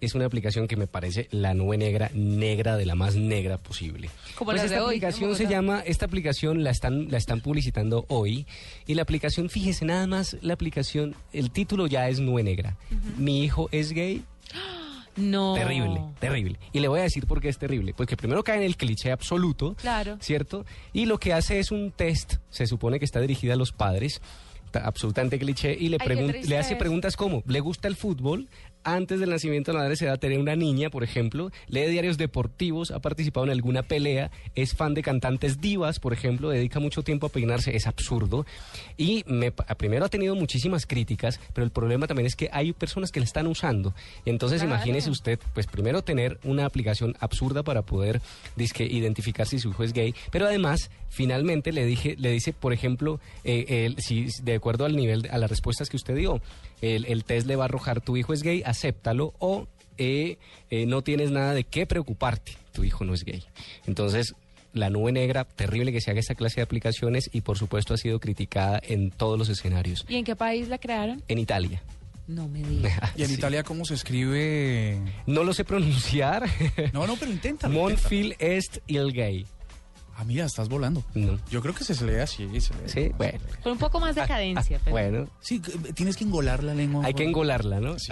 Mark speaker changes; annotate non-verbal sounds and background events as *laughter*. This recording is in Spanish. Speaker 1: Es una aplicación que me parece la nube negra, negra de la más negra posible.
Speaker 2: Como
Speaker 1: pues
Speaker 2: las
Speaker 1: esta
Speaker 2: de hoy,
Speaker 1: aplicación
Speaker 2: como
Speaker 1: se
Speaker 2: la-
Speaker 1: llama, esta aplicación la están, la están publicitando hoy y la aplicación, fíjese nada más, la aplicación, el título ya es nube negra. Mi hijo es gay,
Speaker 2: No.
Speaker 1: Terrible,
Speaker 2: Oh.
Speaker 1: terrible. Y le voy a decir por qué es terrible. Porque primero cae en el cliché absoluto,
Speaker 2: Claro.
Speaker 1: ¿cierto? Y lo que hace es un test, se supone que está dirigida a los padres, ta- absolutamente cliché, y le,
Speaker 2: qué
Speaker 1: pregun-
Speaker 2: triste
Speaker 1: le hace
Speaker 2: es.
Speaker 1: preguntas como, ¿le gusta el fútbol? Antes del nacimiento de la madre se da a tener una niña, por ejemplo, lee diarios deportivos, ha participado en alguna pelea, es fan de cantantes divas, por ejemplo, dedica mucho tiempo a peinarse, es absurdo. Y me pa- primero ha tenido muchísimas críticas, pero el problema también es que hay personas que la están usando. Y entonces
Speaker 2: Claro.
Speaker 1: imagínese usted, pues primero tener una aplicación absurda para poder dizque, identificar si su hijo es gay, pero además finalmente le dije, le dice, por ejemplo, eh, el- si si de acuerdo al nivel, de- a las respuestas que usted dio, el, el test le va a arrojar tu hijo es gay, acéptalo o eh, eh, no tienes nada de qué preocuparte, tu hijo no es gay. Entonces la nube negra, terrible que se haga esta clase de aplicaciones y por supuesto ha sido criticada en todos los escenarios.
Speaker 2: ¿Y en qué país la crearon?
Speaker 1: En Italia.
Speaker 2: No me digas.
Speaker 3: ¿Y
Speaker 1: *laughs*
Speaker 3: en
Speaker 1: Sí.
Speaker 3: Italia cómo se escribe?
Speaker 1: No lo sé pronunciar.
Speaker 3: No, no, pero inténtalo. inténtalo.
Speaker 1: Monfil est il gay.
Speaker 3: Ah, mira, estás volando.
Speaker 1: No.
Speaker 3: Yo creo que se lee así. Se lee.
Speaker 1: Sí, bueno.
Speaker 2: Con un poco más de cadencia.
Speaker 1: Ah,
Speaker 2: pero-
Speaker 1: Bueno,
Speaker 3: Sí, tienes eh, que engolar la lengua.
Speaker 1: hay que engolarla, ¿no?
Speaker 3: Sí.